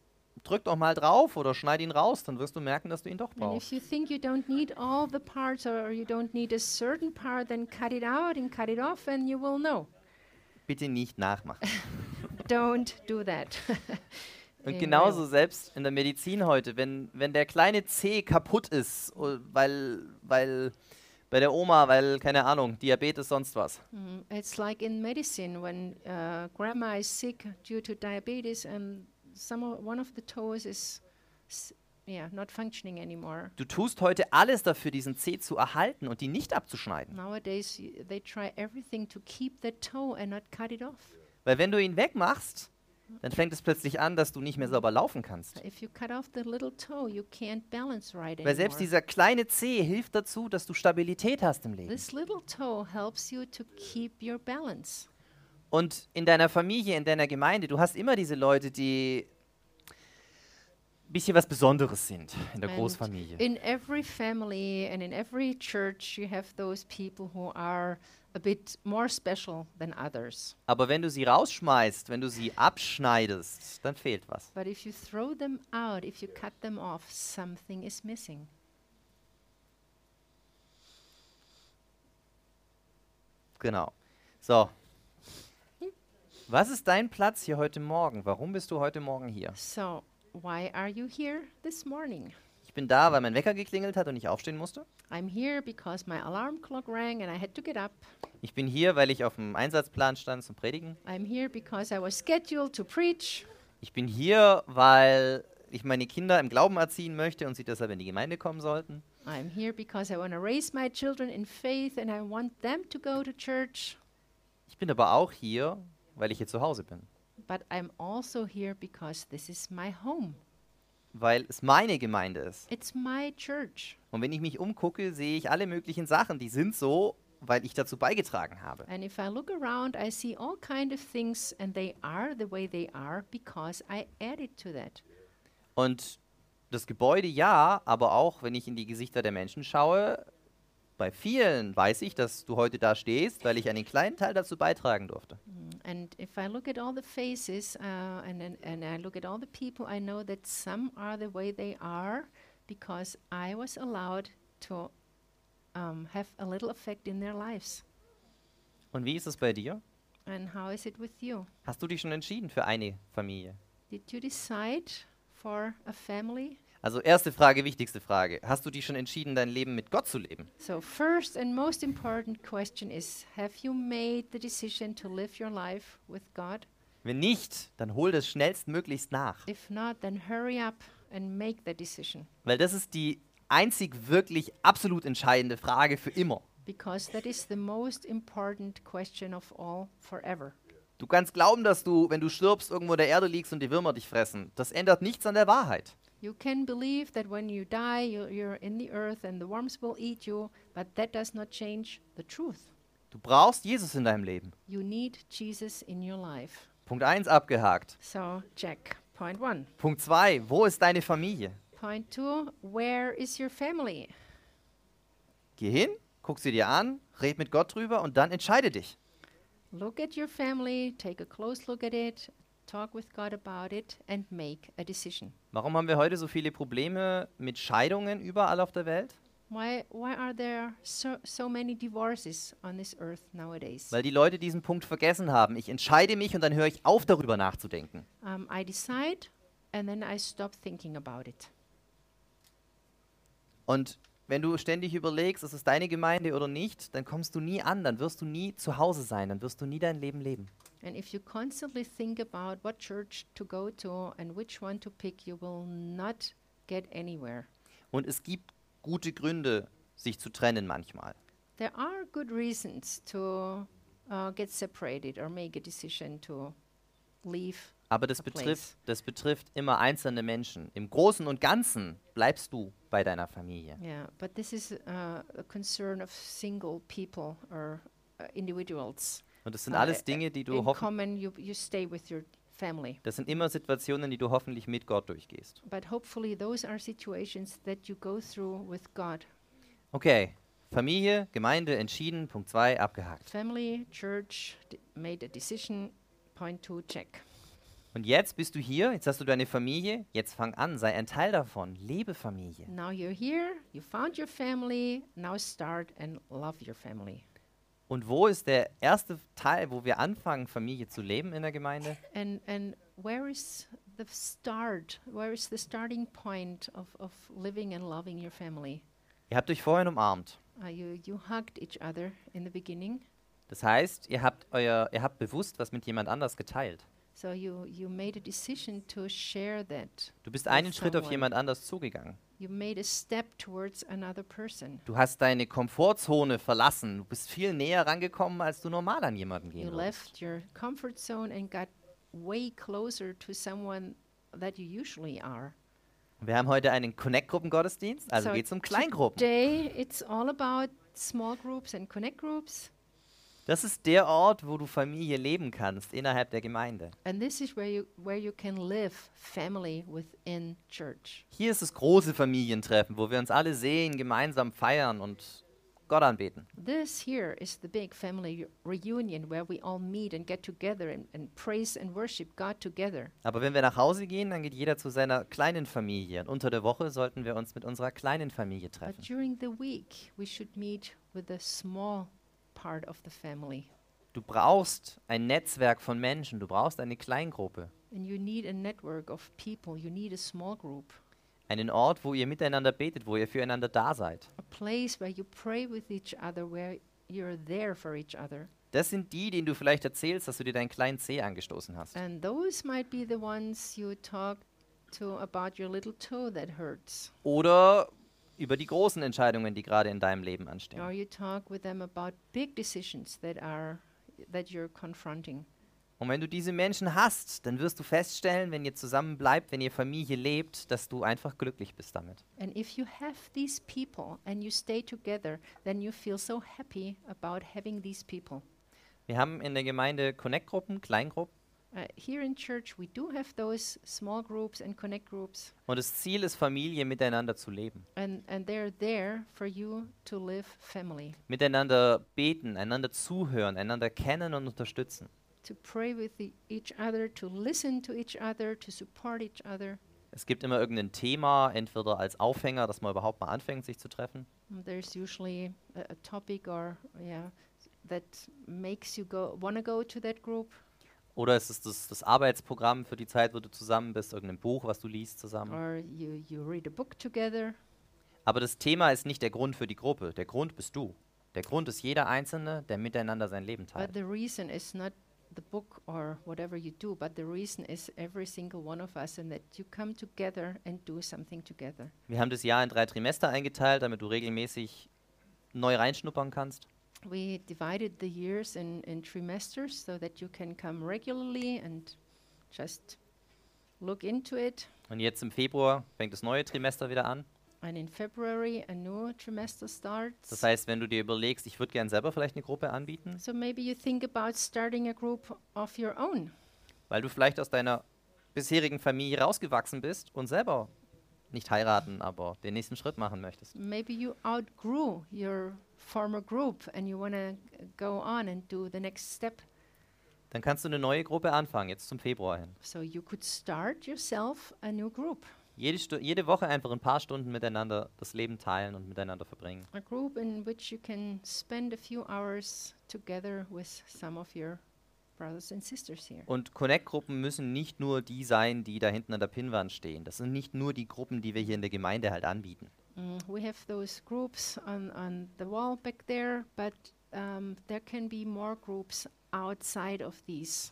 drück doch mal drauf oder schneid ihn raus, dann wirst du merken, dass du ihn doch And brauchst. if you think you don't need all the parts or or you don't need a certain part, then cut it out and cut it off, and you will know. Bitte nicht nachmachen. don't do that. [laughs] Und Ja. genauso selbst in der Medizin heute, wenn, wenn der kleine Zeh kaputt ist, o- weil, weil bei der Oma, weil, keine Ahnung, Diabetes, sonst was. Mm, it's like in medicine when uh, grandma is sick due to diabetes, and some o- one of the toes is, s- yeah, not functioning anymore. Du tust heute alles dafür, diesen Zeh zu erhalten und ihn nicht abzuschneiden. Nowadays, y- they try everything to keep the toe and not cut it off. Weil wenn du ihn wegmachst, dann fängt es plötzlich an, dass du nicht mehr sauber laufen kannst. If you cut off the little toe, you can't balance right Weil selbst anymore. dieser kleine Zeh hilft dazu, dass du Stabilität hast im Leben. This little toe helps you to keep your balance. Und in deiner Familie, in deiner Gemeinde, du hast immer diese Leute, die ein bisschen was Besonderes sind in der And Großfamilie. In every family and in every church, you have those people who are a bit more special than others. Aber wenn du sie rausschmeißt, wenn du sie abschneidest, dann fehlt was. But if you throw them out, if you cut them off, something is missing. Genau. So. Was ist dein Platz hier heute Morgen? Warum bist du heute Morgen hier? So, why are you here this morning? Ich bin da, weil mein Wecker geklingelt hat und ich aufstehen musste. I'm here because my alarm clock rang and I had to get up. Ich bin hier, weil ich auf dem Einsatzplan stand zum Predigen. I'm here because I was scheduled to preach. Ich bin hier, weil ich meine Kinder im Glauben erziehen möchte und sie deshalb in die Gemeinde kommen sollten. I'm here because I want to raise my children in faith and I want them to go to church. Ich bin aber auch hier, weil ich hier zu Hause bin. But I'm also here because this is my home. Weil es meine Gemeinde ist. It's my church. Und wenn ich mich umgucke, sehe ich alle möglichen Sachen, die sind so, weil ich dazu beigetragen habe. And if I look around, I see all kind of things and they are the way they are because I added to that. Und das Gebäude ja, aber auch wenn ich in die Gesichter der Menschen schaue, bei vielen weiß ich, dass du heute da stehst, weil ich einen kleinen Teil dazu beitragen durfte. And if I look at all the faces uh, and, and, and I look at all the people, I know that some are the way they are because I was allowed to um, have a little effect in their lives. Und wie ist es bei dir? And how is it with you? Hast du dich schon entschieden für eine Familie? Did you decide for a family? Also erste Frage, wichtigste Frage. Hast du dich schon entschieden, dein Leben mit Gott zu leben? So, first and most important question is Have you made the decision to live your life with God? Wenn nicht, dann hol das schnellstmöglichst nach. If not, then hurry up and make the decision Weil das ist die einzig wirklich absolut entscheidende Frage für immer. because that is the most important question of all forever. Du kannst glauben, dass du, wenn du stirbst, irgendwo in der Erde liegst und die Würmer dich fressen. Das ändert nichts an der Wahrheit. You can believe that when you die, you, you're in the earth and the worms will eat you, but that does not change the truth. Du brauchst Jesus in deinem Leben. You need Jesus in your life. Punkt 1 abgehakt. So, check. Point one. Punkt 2, wo ist deine Familie? Point two Where is your family? Geh hin, guck sie dir an, red mit Gott drüber und dann entscheide dich. Look at your family, take a close look at it, talk with God about it, and make a decision. Warum haben wir heute so viele Probleme mit Scheidungen überall auf der Welt? Why, why are there so, so many divorces on this earth nowadays? Weil die Leute diesen Punkt vergessen haben. Ich entscheide mich und dann höre ich auf, darüber nachzudenken. Um, I decide and then I stop thinking about it. Und wenn du ständig überlegst, ist es deine Gemeinde oder nicht, dann kommst du nie an, dann wirst du nie zu Hause sein, dann wirst du nie dein Leben leben. And if you constantly think about what church to go to and which one to pick, you will not get anywhere. Und es gibt gute Gründe, sich zu trennen manchmal. There are good reasons to uh, get separated or make a decision to leave Aber das a place. betrifft, das betrifft immer einzelne Menschen. Im Großen und Ganzen bleibst du bei deiner Familie. Yeah, but this is uh, a concern of single people or uh, individuals. Und das sind Uh, alles uh, Dinge, die du In hoffentlich. common, you, you stay with your family. Das sind immer Situationen, die du hoffentlich mit Gott durchgehst. But hopefully, those are situations that you go through with God. Okay, Familie, Gemeinde entschieden, Punkt 2 abgehakt. Family, church d- made a decision. Point two, check. Und jetzt bist du hier, jetzt hast du deine Familie, jetzt fang an, sei ein Teil davon, lebe Familie. Now you're here, you found your family, now start and love your family. Und wo ist der erste Teil, wo wir anfangen, Familie zu leben in der Gemeinde? And, and where is the start? Where is the starting point of, of living and loving your family? Ihr habt euch vorhin umarmt. Uh, you, you hugged each other in the beginning, Das heißt, ihr habt, euer, ihr habt bewusst was mit jemand anders geteilt. so you, you made a decision to share that. Du bist with einen Schritt auf someone. jemand anders zugegangen. You made a step towards another person. Du hast deine Komfortzone verlassen. Du bist viel näher rangekommen, als du normal an jemanden You gehen würdest. left your comfort zone and got way closer to someone that you usually are. Wir haben heute einen Connect-Gruppen-Gottesdienst, also So geht's um Kleingruppen. Today, it's all about small groups and connect groups. Das ist der Ort, wo du Familie leben kannst, innerhalb der Gemeinde. And this is where you where you can live family within church. Hier ist das große Familientreffen, wo wir uns alle sehen, gemeinsam feiern und Gott anbeten. This here is the big family reunion where we all meet and get together and, and praise and worship God together. Aber wenn wir nach Hause gehen, dann geht jeder zu seiner kleinen Familie. Und unter der Woche sollten wir uns mit unserer kleinen Familie But treffen. during the week, we should meet with a small part of the family. Du brauchst ein Netzwerk von Menschen, du brauchst eine Kleingruppe. And you need a network of people, you need a small group, Einen Ort, wo ihr miteinander betet, wo ihr füreinander da seid. a place where you pray with each other, where you're there for each other. Das sind die, denen du vielleicht erzählst, dass du dir deinen kleinen Zeh angestoßen hast. And those might be the ones you talk to about your little toe that hurts. Oder über die großen Entscheidungen, die gerade in deinem Leben anstehen. or you talk with them about big decisions that are that you're confronting Und wenn du diese Menschen hast, dann wirst du feststellen, wenn ihr zusammen bleibt, wenn ihr Familie lebt, dass du einfach glücklich bist damit. and if you have these people and you stay together then you feel so happy about having these people Wir haben in der Gemeinde Connect-Gruppen, Kleingruppen. Uh, here in church, we do have those small groups and connect groups, Und das Ziel ist, Familie miteinander zu leben. and, and they're there for you to live family, Miteinander beten, einander zuhören, einander kennen und unterstützen. to pray with the, each other, to listen to each other, to support each other. Es gibt immer irgendein Thema, entweder als Aufhänger, dass man überhaupt mal anfängt, sich zu treffen. Mm, There's usually a, a topic or, yeah, s- that makes you go, want to go to that group, Oder es ist das, das Arbeitsprogramm für die Zeit, wo du zusammen bist, irgendein Buch, was du liest zusammen. or you, you read a book together. Aber das Thema ist nicht der Grund für die Gruppe. Der Grund bist du. Der Grund ist jeder Einzelne, der miteinander sein Leben But teilt. the reason is not the book or whatever you do, but the reason is every single one of us, and that you come together and do something together. Wir haben das Jahr in drei Trimester eingeteilt, damit du regelmäßig neu reinschnuppern kannst. We divided the years in, in trimesters so that you can come regularly and just look into it. Und jetzt im Februar fängt das neue Trimester wieder an. And in February, a new trimester starts. Das heißt, wenn du dir überlegst, ich würde gerne selber vielleicht eine Gruppe anbieten, so maybe you think about starting a group of your own. weil du vielleicht aus deiner bisherigen Familie rausgewachsen bist und selber nicht heiraten, aber den nächsten Schritt machen möchtest. Maybe you outgrew your former group and you want to go on and do the next step Dann kannst du eine neue Gruppe anfangen, jetzt zum Februar hin. So you could start yourself a new group, Jede, Stu jede Woche einfach ein paar Stunden miteinander das Leben teilen und miteinander verbringen. a group in which you can spend a few hours together with some of your brothers and sisters here. Und Connect-Gruppen müssen nicht nur die sein, die da hinten an der Pinnwand stehen. Das sind nicht nur die Gruppen, die wir hier in der Gemeinde halt anbieten. Mm, we have those groups on, on the wall back there, but um, there can be more groups outside of these.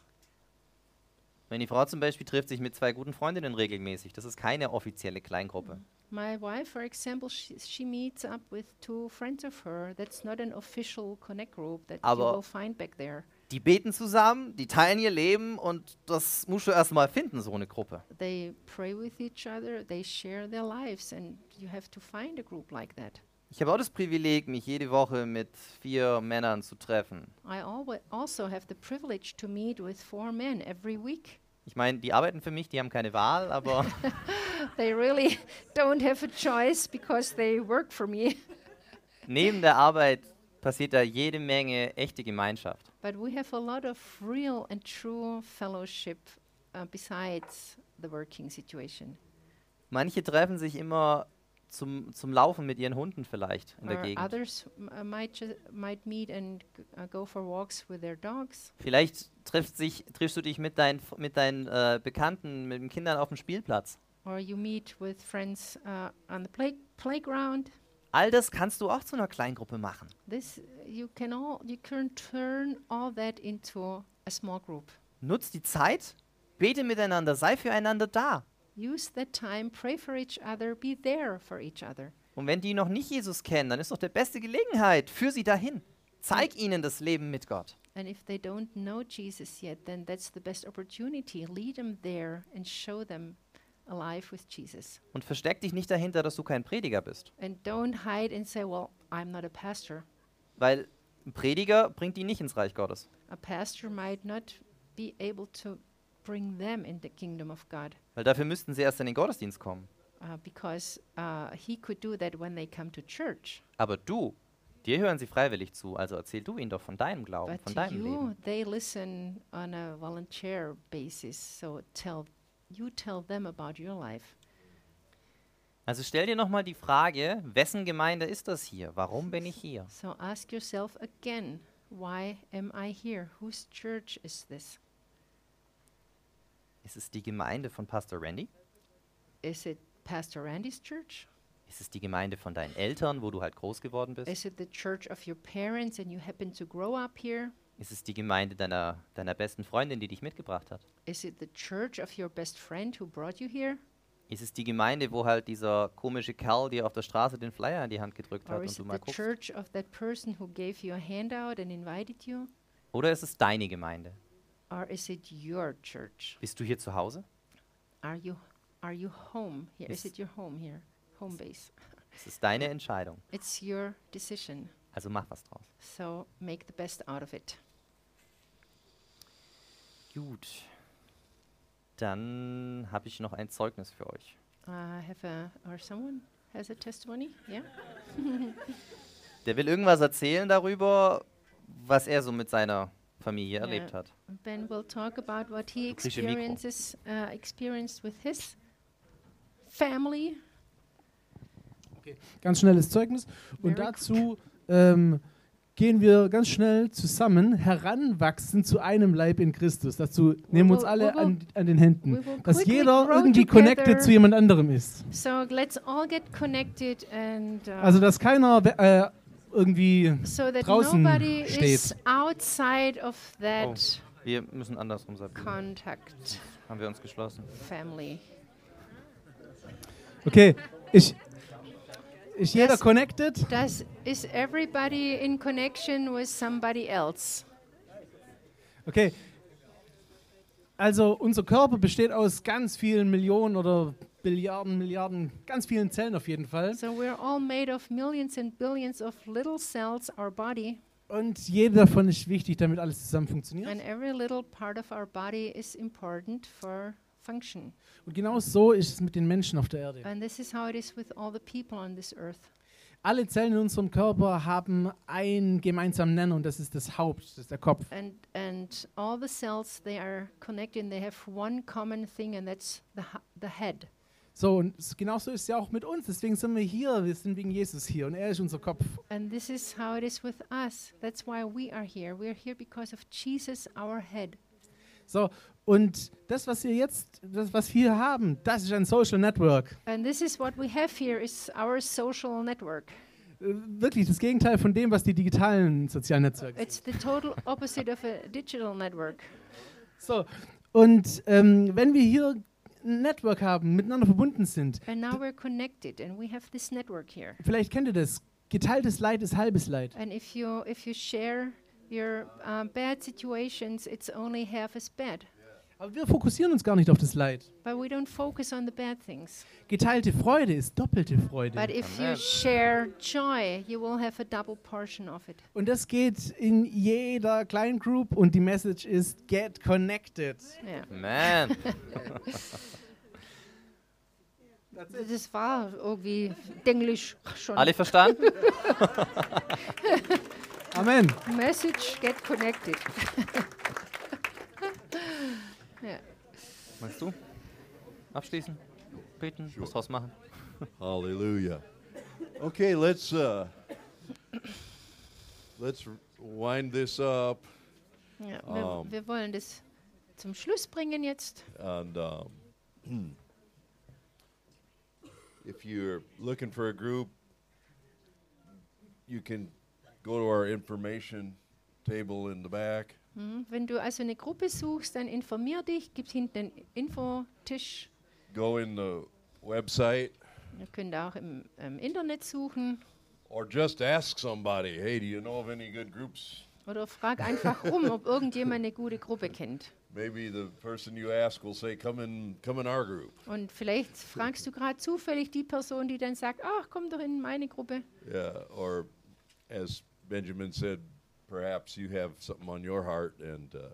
Meine Frau zum Beispiel trifft sich mit zwei guten Freundinnen regelmäßig. Das ist keine offizielle Kleingruppe. My wife, for example, she, she meets up with two friends of her. That's not an official connect group that you Aber- will find back there. Die beten zusammen, die teilen ihr Leben und das musst du erstmal finden, so eine Gruppe. they pray with each other, they share their lives, and you have to find a group like that. Ich habe auch das Privileg, mich jede Woche mit vier Männern zu treffen. I alwa also have the privilege to meet with four men every week. Ich meine, die arbeiten für mich, die haben keine Wahl, aber They really [laughs] don't have a choice because they work for me. [laughs] neben der Arbeit passiert da jede Menge echte Gemeinschaft. But we have a lot of real and true fellowship uh, besides the working situation. Manche treffen sich immer zum, zum Laufen mit ihren Hunden vielleicht in der Where Gegend. others m- uh, might, ju- might meet and g- uh, go for walks with their dogs. Vielleicht trifft sich, triffst du dich mit deinen, F- mit deinen äh, Bekannten, mit den Kindern auf dem Spielplatz. Or you meet with friends uh, on the play- playground. All das kannst du auch zu einer Kleingruppe machen. This you can all you can turn all that into a small group. Nutz die Zeit, bete miteinander, sei füreinander da. Use that time, pray for each other, be there for each other. Und wenn die noch nicht Jesus kennen, dann ist doch der beste Gelegenheit, führ sie dahin. Zeig ihnen das Leben mit Gott. And if they don't know Jesus yet, then that's the best opportunity. Lead them there and show them a life with Jesus. Und versteck dich nicht dahinter, dass du kein Prediger bist. And don't hide and say, "Well, I'm not a pastor." Weil ein Prediger bringt die nicht ins Reich Gottes. A pastor might not be able to bring them in the kingdom of God Weil dafür müssten sie erst in den Gottesdienst kommen. uh, because uh, he could do that when they come to church. Aber du, dir hören sie freiwillig zu. Also erzähl du ihnen doch von deinem Glauben, But von to deinem you, Leben. they listen on a volunteer basis. So tell you tell them about your life. Also stell dir nochmal die Frage, wessen Gemeinde ist das hier? Warum bin ich hier? So ask yourself again, why am I here? Whose church is this? Ist es die Gemeinde von Pastor Randy? Is it Pastor Randy's church? Ist es die Gemeinde von deinen Eltern, wo du halt groß geworden bist? Is it the church of your parents and you happen to grow up here? Ist es die Gemeinde deiner, deiner besten Freundin, die dich mitgebracht hat? Is it the church of your best friend who brought you here? Ist es die Gemeinde, wo halt dieser komische Kerl dir auf der Straße den Flyer in die Hand gedrückt hat Or is und du it mal the guckst? church of that person who gave you a handout and invited you? Oder ist es deine Gemeinde? Or is it your church? Bist du hier zu Hause? Are you are you home here? Is Yes. it your home here? Home base. Es ist deine Hm. Entscheidung. It's your decision. Also mach was draus. So make the best out of it. Gut. Dann habe ich noch ein Zeugnis für euch. Uh, I have a, or someone has a testimony? Yeah? Der will irgendwas erzählen darüber, was er so mit seiner Familie erlebt hat. Ben will talk about what he Du kriegst ihr Mikro. experiences, uh, experienced with his family. Ganz schnelles Zeugnis. Und Very dazu ähm, gehen wir ganz schnell zusammen heranwachsen zu einem Leib in Christus. Dazu nehmen wir uns will- alle we will- an, an den we Händen. will Dass quickly jeder grow irgendwie connected together. zu jemand anderem ist. So let's all get connected and uh, Also, dass keiner we- äh, irgendwie. so that draußen nobody is steht. outside of that Wir müssen andersrum sein. contact Haben wir uns geschlossen. family. Okay, ich. Ist jeder Das- connected? Does is everybody in connection with somebody else? Okay. Also unser Körper besteht aus ganz vielen Millionen oder Billiarden, Milliarden, ganz vielen Zellen auf jeden Fall. So we're all made of millions and billions of little cells, our body, Und jede davon ist wichtig, damit alles zusammen and funktioniert. every little part of our body is important for function. Und genau so ist es mit den Menschen auf der Erde. And this is how it is with all the people on this earth. Alle Zellen in unserem Körper haben einen gemeinsamen Nenner und das ist das Haupt, das ist der Kopf. And and all the cells they are connected. and They have one common thing, and that's the h- the head. So, und s- genau so ist es ja auch mit uns. Deswegen sind wir hier, wir sind wegen Jesus hier und er ist unser Kopf. And this is how it is with us. That's why we are here. We are here because of Jesus, our head. So, und das, was wir jetzt, das, was wir hier haben, das ist ein Social Network. And this is what we have here is our social network. Äh, wirklich das Gegenteil von dem, was die digitalen sozialen Netzwerke sind. It's the total opposite of a digital network. So, und ähm, wenn wir hier ein Network haben, miteinander verbunden sind, And now we're connected and we have this network here. vielleicht kennt ihr das, geteiltes Leid ist halbes Leid. And if you if you share your um, bad situations, it's only half as bad. Aber wir fokussieren uns gar nicht auf das Leid. But we don't focus on the bad things. Geteilte Freude ist doppelte But Freude. if you Amen. share joy, you will have a double portion of it. Und das geht in jeder Kleingroup und die Message ist, get connected. Yeah. Man. Das war irgendwie Englisch oh, schon. Alle verstanden? Amen. Message get connected. Meinst du? Abschließen? Beten? Was draus machen? Hallelujah. Okay, let's uh, let's wind this up, Ja, wir, wir wollen das zum Schluss bringen jetzt. and um, [clears throat] if you're looking for a group, you can go to our information table in the back. Hm, Wenn du also eine Gruppe suchst, dann informier dich. Gibt hinten einen Infotisch. Go in the website, Ihr könnt auch im, im Internet suchen or just ask somebody. Hey, do you know of any good groups? oder frag einfach rum, ob irgendjemand eine gute Gruppe kennt. Maybe the person you ask will say, "Come in, come in our group." Und vielleicht fragst du gerade zufällig die Person, die dann sagt, ach, komm doch in meine Gruppe. Yeah, uh, or as Benjamin said, perhaps you have something on your heart and uh,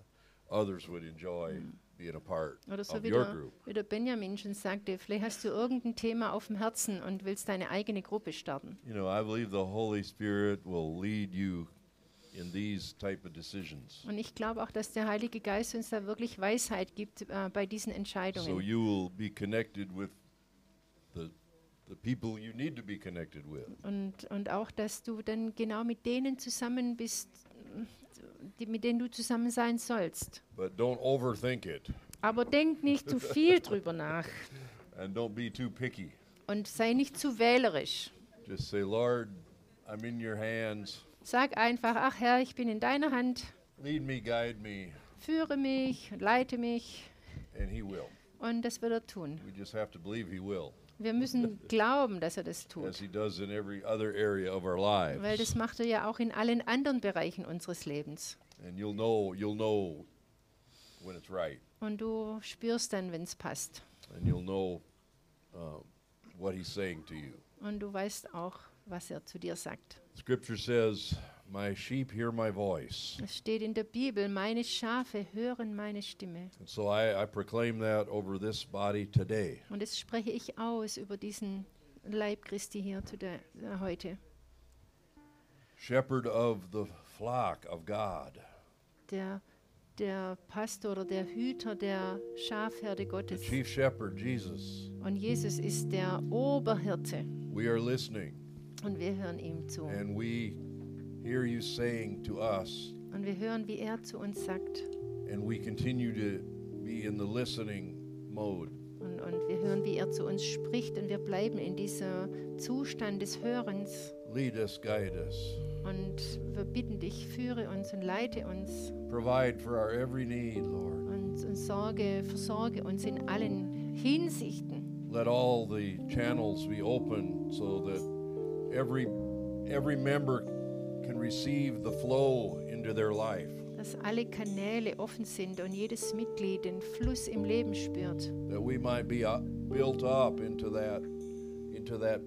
others would enjoy being a part Oder so of wie your der, group. wie der Benjamin schon sagte, vielleicht hast du irgendein Thema auf dem Herzen und willst deine eigene Gruppe starten. You know, I believe the Holy Spirit will lead you in these type of decisions. Und ich glaube auch, dass der Heilige Geist uns da wirklich Weisheit gibt äh, bei diesen So Entscheidungen. you will be connected with the the people you need to be connected with. Und, und auch, dass du dann genau mit denen zusammen bist, die, mit denen du zusammen sein sollst. But don't overthink it Aber denk nicht zu viel drüber nach and don't be too picky. und sei nicht zu wählerisch. Just say, "Lord, I'm in your hands. Sag einfach, ach Herr, ich bin in deiner Hand, Lead me, guide me." führe mich, leite mich. And he will. Und das wird er tun. We just have to believe he will. Wir müssen glauben, dass er das as tut. he does in every other area of our Weil das lives. macht er ja auch in allen anderen Bereichen unseres Lebens. And you'll know, you'll know when it's right, Und du spürst dann, wenn es passt. and you'll know um, what he's saying to you. Und du weißt auch, was er zu dir sagt. Scripture says My sheep hear my voice. Es steht in der Bibel, meine Schafe hören meine Stimme. And so I, I proclaim that over this body today. Und das spreche ich aus über diesen Leib Christi hier zu der, äh, heute. Shepherd of the flock of God, Der, der Pastor oder der Hüter der Schafherde the Gottes. chief shepherd, Jesus. Und Jesus ist der Oberhirte. We are listening Und wir hören ihm zu. and we hear you saying to us, Und wir hören, wie er zu uns sagt. and we continue to be in the listening mode. Und, und wir hören, wie er zu uns spricht. Und wir bleiben in diesem Zustand des Hörens. Lead us, guide us, Und wir bitten dich, führe uns und leite uns. provide for our every need, Lord. Und, und sorge, versorge uns in allen Hinsichten. Let all the channels be open so that every every member can receive the flow into their life. Dass alle Kanäle offen sind und jedes Mitglied den Fluss im Leben spürt. that we might be uh, built up into that into that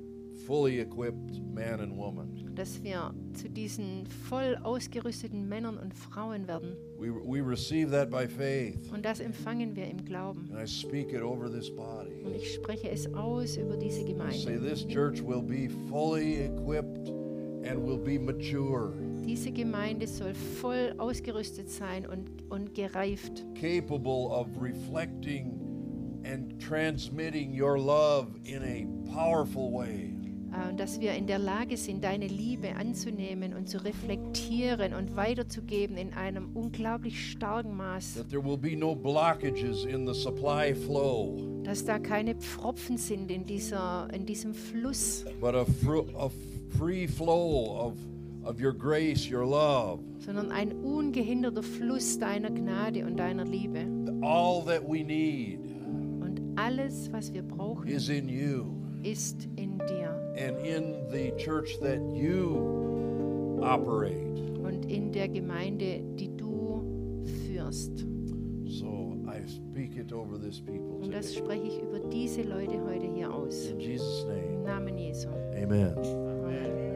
fully equipped man and woman. Dass wir zu diesen voll ausgerüsteten Männern und Frauen werden. We we receive that by faith, Und das empfangen wir im Glauben. and I speak it over this Und body. ich spreche es aus über diese I Gemeinde. say this church will be fully equipped and will be mature, Diese Gemeinde soll voll ausgerüstet sein und, und gereift, capable of reflecting and transmitting your love in a powerful way. äh, dass wir in der Lage sind, deine Liebe anzunehmen und zu reflektieren und weiterzugeben in einem unglaublich starken Maß, That there will be no blockages in the supply flow, dass da keine Pfropfen sind in, dieser, in diesem Fluss, but a, fru- a free flow of of your grace, your love. sondern ein ungehinderter Fluss deiner Gnade und deiner Liebe. All that we need Und alles, was wir brauchen, is in you ist in dir and in the church that you operate. und in der Gemeinde, die du führst. So I speak it over this people Und das today. spreche ich über diese Leute heute hier aus. In Jesus' Im name, Namen Jesu. amen. Amen.